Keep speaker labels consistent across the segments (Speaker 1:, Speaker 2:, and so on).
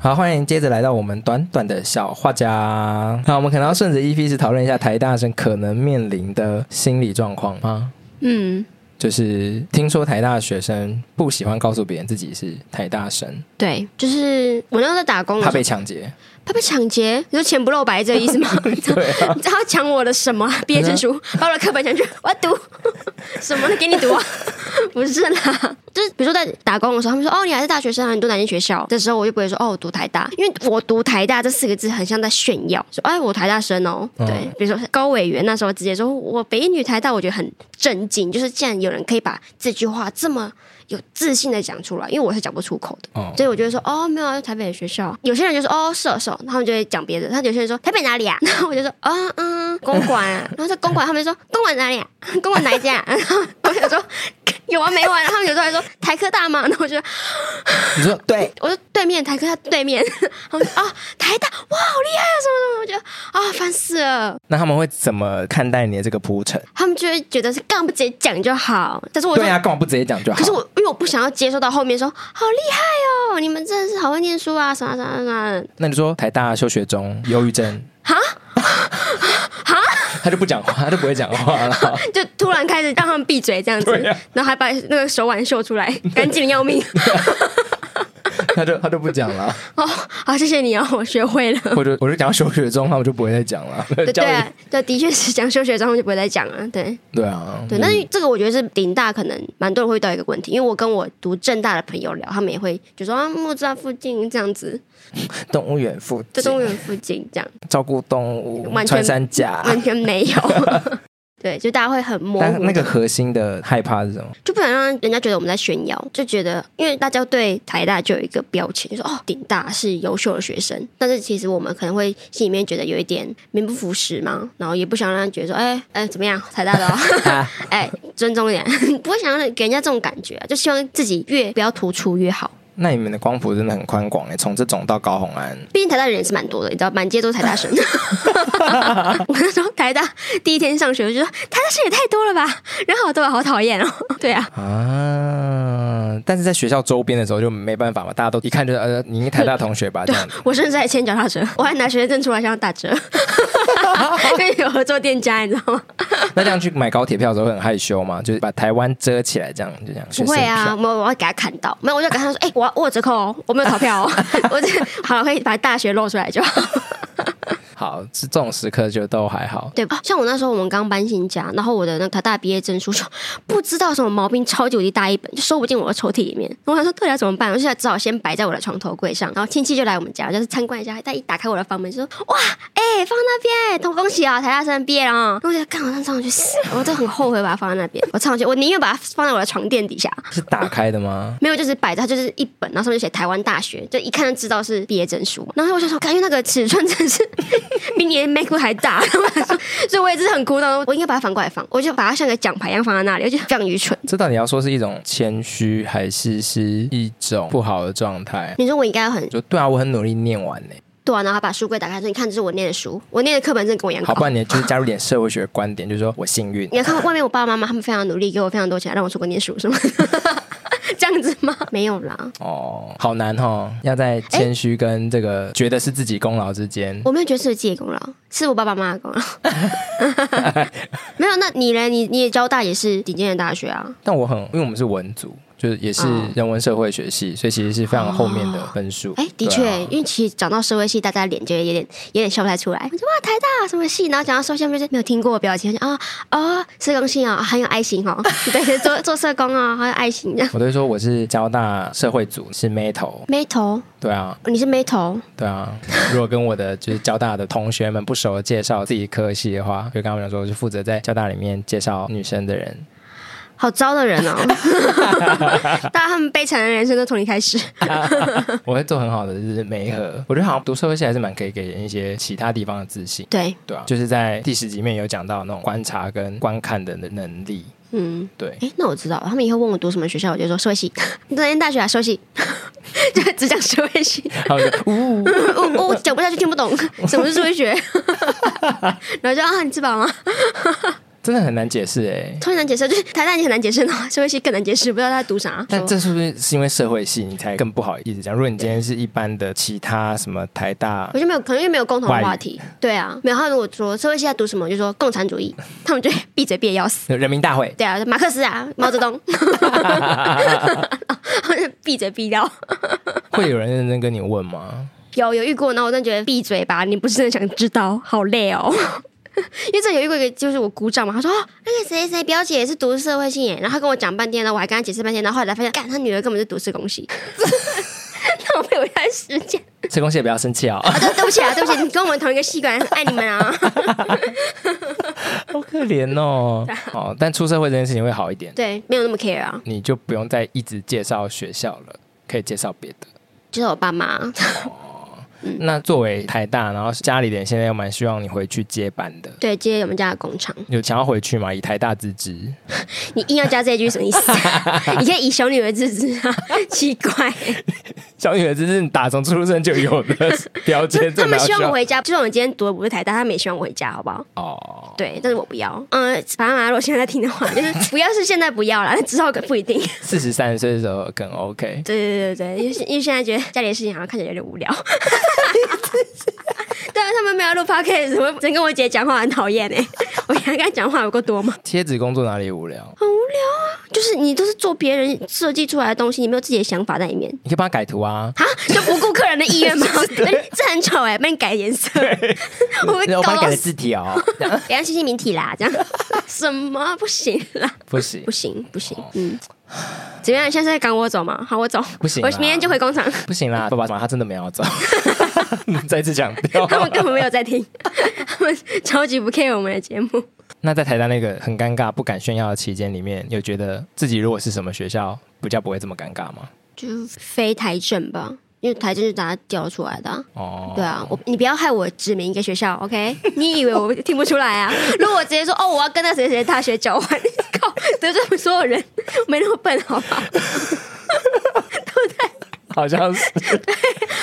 Speaker 1: 好，欢迎接着来到我们短短的小画家。那我们可能要顺着 EP 是讨论一下台大生可能面临的心理状况吗？
Speaker 2: 嗯，
Speaker 1: 就是听说台大学生不喜欢告诉别人自己是台大生，
Speaker 2: 对，就是我那时候在打工的时
Speaker 1: 怕
Speaker 2: 候，
Speaker 1: 被抢劫。
Speaker 2: 怕被抢劫，你说钱不露白这个意思 吗？你知道
Speaker 1: 对啊
Speaker 2: 你，知道他抢我的什么啊毕业 证书，把我的课本抢去，我要读 什么呢？给你读啊？ 不是啦，就是比如说在打工的时候，他们说哦，你还是大学生啊，你读哪间学校？这时候我就不会说哦，我读台大，因为我读台大这四个字很像在炫耀，说哎，我台大生哦。
Speaker 1: 嗯
Speaker 2: 对，比如说高委员那时候直接说我北一女台大，我觉得很震惊，就是竟然有人可以把这句话这么有自信的讲出来，因为我是讲不出口的。
Speaker 1: 哦，
Speaker 2: 所以我就会说哦，没有啊，就台北的学校。有些人就说哦，射手，他们就会讲别的。他有些人说台北哪里啊？ 然后我就说啊、嗯，公馆啊。 然后说公馆，他们就说公馆哪里啊？ 公馆哪一家、啊？然后我想说 有完没完、啊？他们有时候还说台科大 嘛。然后我就说
Speaker 1: 你说对，
Speaker 2: 我说对面台科大对面。 然后我就啊、台大哇，好厉害啊，什么什么？我觉得啊、烦死了。
Speaker 1: 那他们会怎么看待你的这个铺陈？
Speaker 2: 他们就会觉得是干嘛不直接讲就好？但是我就
Speaker 1: 对啊，干嘛不直接讲就好？
Speaker 2: 可是我因为我不想要接受到后面说好厉害哦，你们真的是好会念书啊，啥啥啥啥的。
Speaker 1: 那你说台大休学中，忧郁症。 哈？他就不讲话，他就不会讲话了。
Speaker 2: 就突然开始让他们闭嘴这样子，
Speaker 1: 对啊
Speaker 2: 然后还把那个手腕秀出来，干净的要 命。
Speaker 1: 他就他就不讲了，
Speaker 2: 哦，好，谢谢你哦，我学会 了。
Speaker 1: 我就我就讲到休学中，他们就不会再讲了。
Speaker 2: 对
Speaker 1: 教
Speaker 2: 对
Speaker 1: 育
Speaker 2: 啊，对，的确是讲休学之后就不会再讲了。对
Speaker 1: 对啊，
Speaker 2: 对，但是这个我觉得是顶大可能蛮多人会遇到一个问题，因为我跟我读正大的朋友聊，他们也会就说啊，木栅附近这样子，
Speaker 1: 动物园附
Speaker 2: 在动物
Speaker 1: 近
Speaker 2: 园附近这样，
Speaker 1: 照顾动物，
Speaker 2: 完全
Speaker 1: 穿山甲。
Speaker 2: 完全 没有。 对，就大家会很模
Speaker 1: 但
Speaker 2: 糊，
Speaker 1: 那个核心的害怕是什么？
Speaker 2: 就不想让人家觉得我们在炫耀，就觉得因为大家对台大就有一个标签，就说哦，顶大是优秀的学生，但是其实我们可能会心里面觉得有一点名不符实嘛，然后也不想让人觉得说，哎、哎、怎么样，台大的、哦，哎、尊重一点，不会想让人给人家这种感觉、就希望自己越不要突出越好。
Speaker 1: 那你们的光谱真的很宽广哎，从这种到高红安，
Speaker 2: 毕竟台大人也是蛮多的，你知道，满街都是台大生。我那时候台大第一天上学，我就说台大生也太多了吧，人好多吧，好讨厌哦。对啊，
Speaker 1: 啊，但是在学校周边的时候就没办法嘛，大家都一看就是呃，你是台大同 学吧这样子。
Speaker 2: 我甚至还牵脚踏车，我还拿学生证出来想要 打折，因为有合作店家，你知道吗？
Speaker 1: 那这样去买高铁票的时候会很害羞嘛，就是把台湾遮起来这样，就这样。
Speaker 2: 不会
Speaker 1: 学
Speaker 2: 啊，
Speaker 1: 生票，
Speaker 2: 我我要给他看到，没有我就跟他说，哎、我要我有折扣哦，我没有逃票哦， 我这好了，可以把大学露出来就好。
Speaker 1: 好，是这种时刻就都还好。
Speaker 2: 对吧？像我那时候我们刚搬新家，然后我的那个大毕业证书就不知道什么毛病，超级无敌大一本，就收不进我的抽屉里面。我想说对啊怎么办？我就只好先摆在我的床头柜上，然后亲戚就来我们家，就是参观一下。他一打开我的房门就说：“哇，哎、放那边，同恭喜啊，台大生毕业了啊！”然后我就干，我上上去死，我真的很后悔把它放在那边，我上去，我宁愿把它放在我的床垫底下。
Speaker 1: 是打开的吗？
Speaker 2: 没有，就是摆着，它就是一本，然后上面就写台湾大学，就一看就知道是毕业证书。然后我就说，感觉那个尺寸真是 比你的 MacBook 还大，然后我想说所以我也是很苦恼，我应该把它反过来放，我就把它像个奖牌一样放在那里，我就非常愚蠢。
Speaker 1: 这到底要说是一种谦虚，还是是一种不好的状态？
Speaker 2: 你说我应该很
Speaker 1: 就对啊，我很努力念完呢。
Speaker 2: 对啊，然后他把书柜打开说，你看这是我念的书，我念的课本真的跟我一样
Speaker 1: 好，
Speaker 2: 高
Speaker 1: 不。然你就是加入点社会学的观点，就是说我幸运
Speaker 2: 你。要看外面我爸爸妈妈他们非常努力，给我非常多钱，让我出国念书什么的，这样子吗？没有啦，
Speaker 1: 哦，好难哦，要在谦虚跟这个觉得是自己功劳之间。
Speaker 2: 我没有觉得是自己的功劳，是我爸爸妈妈的功劳。
Speaker 1: 哎
Speaker 2: 没有，那你呢？你你也交大也是顶尖的大学啊。
Speaker 1: 但我很，因为我们是文组，就是也是
Speaker 2: 哦
Speaker 1: 人文社会学系，所以其实是非常后面的分数。
Speaker 2: 哎，的确，
Speaker 1: 对啊
Speaker 2: 因为其实讲到社会系，大家脸就有点有点笑不太出来。我说哇，台大什么系？然后讲到社会系，他们就是没有听过的表情，就啊哦，社工系啊、很有爱心哦。 对，做做社工啊、很有爱心这样。
Speaker 1: 我都会说我是交大社会组，是 metal。
Speaker 2: 妹头，
Speaker 1: 对啊，
Speaker 2: 你是妹头，
Speaker 1: 对啊。如果跟我的就是交大的同学们不熟的介绍自己科系的话，就跟他们讲说，我是负责在交大里面介绍女生的 人。
Speaker 2: 好糟的人哦。哦 大家他们悲惨的人生都从你开始。
Speaker 1: 我会做很好的就是媒合，我觉得好像读社会系还是蛮可以给人一些其他地方的自信。
Speaker 2: 对，
Speaker 1: 对啊，就是在第十集里面有讲到那种观察跟观看的能力。
Speaker 2: 嗯，
Speaker 1: 对，
Speaker 2: 哎，那我知道了，他们以后问我读什么学校，我就说社会系， 哪间大学啊？社会系， 就只讲社会系。
Speaker 1: 然后就呜，
Speaker 2: 我我我 讲不下去，听不懂什么是数学，然后就啊，你吃饱吗？
Speaker 1: 真的很难解释哎、
Speaker 2: 超级难解释，就是台大已经很难解释了，社会系更难解释，不知道他在读啥。
Speaker 1: 但这是不是是因为社会系你才更不好意思讲？如果你今天是一般的其他什么台 大
Speaker 2: 我，就没有，可能因为没有共同
Speaker 1: 外
Speaker 2: 的
Speaker 1: 语
Speaker 2: 话题。对啊，没有。他如果说社会系在读什么，我就说共产主义，他们就会闭嘴憋得要死。
Speaker 1: 人民大会，
Speaker 2: 对啊，马克思啊，毛泽东， 我就闭嘴闭掉。
Speaker 1: 会有人认真跟你问吗？
Speaker 2: 有有遇过，然后我真的觉得闭嘴吧，你不是真的想知道，好累哦。 因为这有遇过一个，就是我姑丈嘛，他说、哦、那个谁谁表姐也是读社会系耶，然后他跟我讲半天呢，我还跟他解释半天，然后后来才发现，干他女儿根本就读社工系， 浪费我一段时间。
Speaker 1: 社工系也不要生气哦，
Speaker 2: 啊，对，对不起啊，对不起，你跟我们同一个系管，爱你们啊。
Speaker 1: 好可怜 哦。哦，但出社会这件事情会好一点，
Speaker 2: 啊对，没有那么 care 啊，
Speaker 1: 你就不用再一直介绍学校了，可以介绍别的。
Speaker 2: 就是我爸妈。嗯
Speaker 1: 那作为台大，然后家里人现在又蛮希望你回去接班的，
Speaker 2: 对，接我们家的工厂，
Speaker 1: 有想要回去吗？以台大之 职，
Speaker 2: 你硬要加这一句什么意 思？你可以以小女儿自知 啊，奇怪。
Speaker 1: 小女儿这是你打从出生就有 的标签，
Speaker 2: 他
Speaker 1: 这哪
Speaker 2: 们
Speaker 1: 有
Speaker 2: 希望我
Speaker 1: 要
Speaker 2: 回家，就算我今天读的不是台大，他们也希望我回家，好不好？
Speaker 1: 哦。
Speaker 2: 对，但是我不要。嗯，反正啊，如果现在在听的话，就是不要是现在不要 啦，之后可不一定。
Speaker 1: 四十三岁的时候更 OK，
Speaker 2: 对对对对对，因为因为现在觉得家里的事情好像看起来有点无 聊。对啊，他们没有录 podcast，我只能跟我姐讲话，很讨厌哎。我跟她讲话有够多吗？
Speaker 1: 贴纸工作哪里无聊？
Speaker 2: 哦就是你都是做别人设计出来的东西，你没有自己的想法在里面
Speaker 1: 你可以帮他改图啊，
Speaker 2: 啊， 就不顾客人的意愿吗？ 哎这很丑哎、帮你改颜色，我会
Speaker 1: 我
Speaker 2: 搞
Speaker 1: 帮你
Speaker 2: 到
Speaker 1: 改了字
Speaker 2: 死。
Speaker 1: 哦条，
Speaker 2: 不要信息明体啦，这 样什么不行啦？
Speaker 1: 不行
Speaker 2: 不行不行，嗯，怎么样？现在在赶我走吗？好，我走，
Speaker 1: 不行啦
Speaker 2: 我明天就回工 厂。
Speaker 1: 不行啦，爸爸妈妈他真的没有要 走， 再次强调。
Speaker 2: 他们根本没有在听，他们超级不 care 我们的节目。
Speaker 1: 那在台大那个很尴尬、不敢炫耀的期间里面，有觉得自己如果是什么学校，比较不会这么尴尬吗？
Speaker 2: 就是非台政吧，因为台政是大家调出来的、啊。
Speaker 1: 哦，
Speaker 2: 对啊，我你不要害我指明一个学校，OK？你以 为我听不出来啊？如果我直接说哦，我要跟那谁谁大学交换， 靠，得罪我们所有人，没那么笨，好吧？
Speaker 1: 好像 是，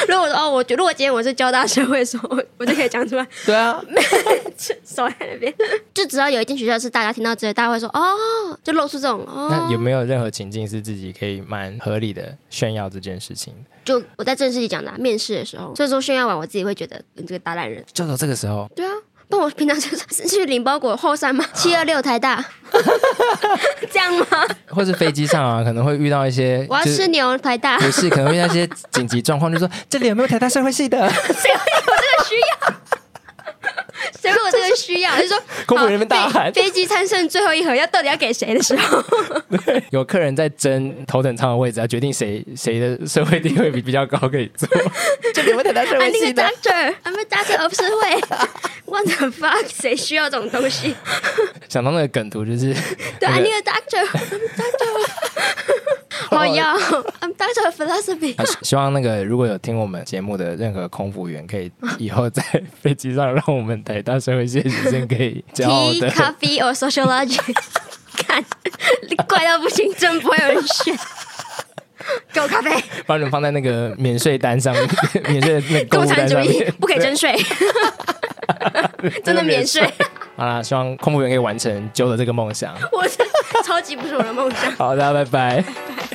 Speaker 2: 如果我说哦，我觉如果今天我是交大社会所，我我就可以讲出来，
Speaker 1: 对啊，
Speaker 2: 手在那边，就只要有一间学校是大家听到这，大家会说哦，就露出这种
Speaker 1: 那有
Speaker 2: 哦，
Speaker 1: 没有任何情境是自己可以蛮合理的炫耀这件事情？
Speaker 2: 就我在正式里讲的啊、面试的时候，所以说炫耀完，我自己会觉得你这个大烂人。
Speaker 1: 就到这个时候，
Speaker 2: 对啊，不然我平常就是去领包裹后山吗？七二六台大，这样吗？
Speaker 1: 或是飞机上啊，可能会遇到一 些，
Speaker 2: 我要
Speaker 1: 就是
Speaker 2: 吃牛台大，
Speaker 1: 不是，可能会遇到一些紧急状况，就说这里有没有台大社会系 的？
Speaker 2: 谁会有这个需要？ 谁会有这个需要？就说
Speaker 1: 空服人员大喊
Speaker 2: 好飞飞机餐剩最后一盒，要到底要给谁的时候，
Speaker 1: 有客人在争头等舱的位置，要决定谁谁的社会地位比比较高，可以坐。 这里有没有台大社
Speaker 2: 啊
Speaker 1: 会
Speaker 2: 那
Speaker 1: 系
Speaker 2: 个
Speaker 1: 的？
Speaker 2: doctor，啊，那 doctor 而不是会 ，what the fuck，谁需要这种东西？
Speaker 1: 想到那个梗图就是，
Speaker 2: 对
Speaker 1: 那
Speaker 2: 啊，那
Speaker 1: 个
Speaker 2: 个 doctor，doctor，我要，I'm doctor of philosophy
Speaker 1: 啊。希希望那个如果有听我们节目的任何空服员，可 以以后在飞机上让我们台大社会系的学生可以骄傲
Speaker 2: Tea,
Speaker 1: 的
Speaker 2: coffee or sociology？看， 怪到不行，真不会有 人选。给我咖啡，
Speaker 1: 把你们放在那个免税单上面， 免税的那个购
Speaker 2: 共
Speaker 1: 物
Speaker 2: 产
Speaker 1: 单
Speaker 2: 主
Speaker 1: 上
Speaker 2: 义
Speaker 1: 面，
Speaker 2: 不可以征税，
Speaker 1: 对
Speaker 2: 真的免税。。
Speaker 1: 好啦，希望空服员可以完成揪的这个梦想。
Speaker 2: 我超级不是我的梦想。
Speaker 1: 好，大家拜拜。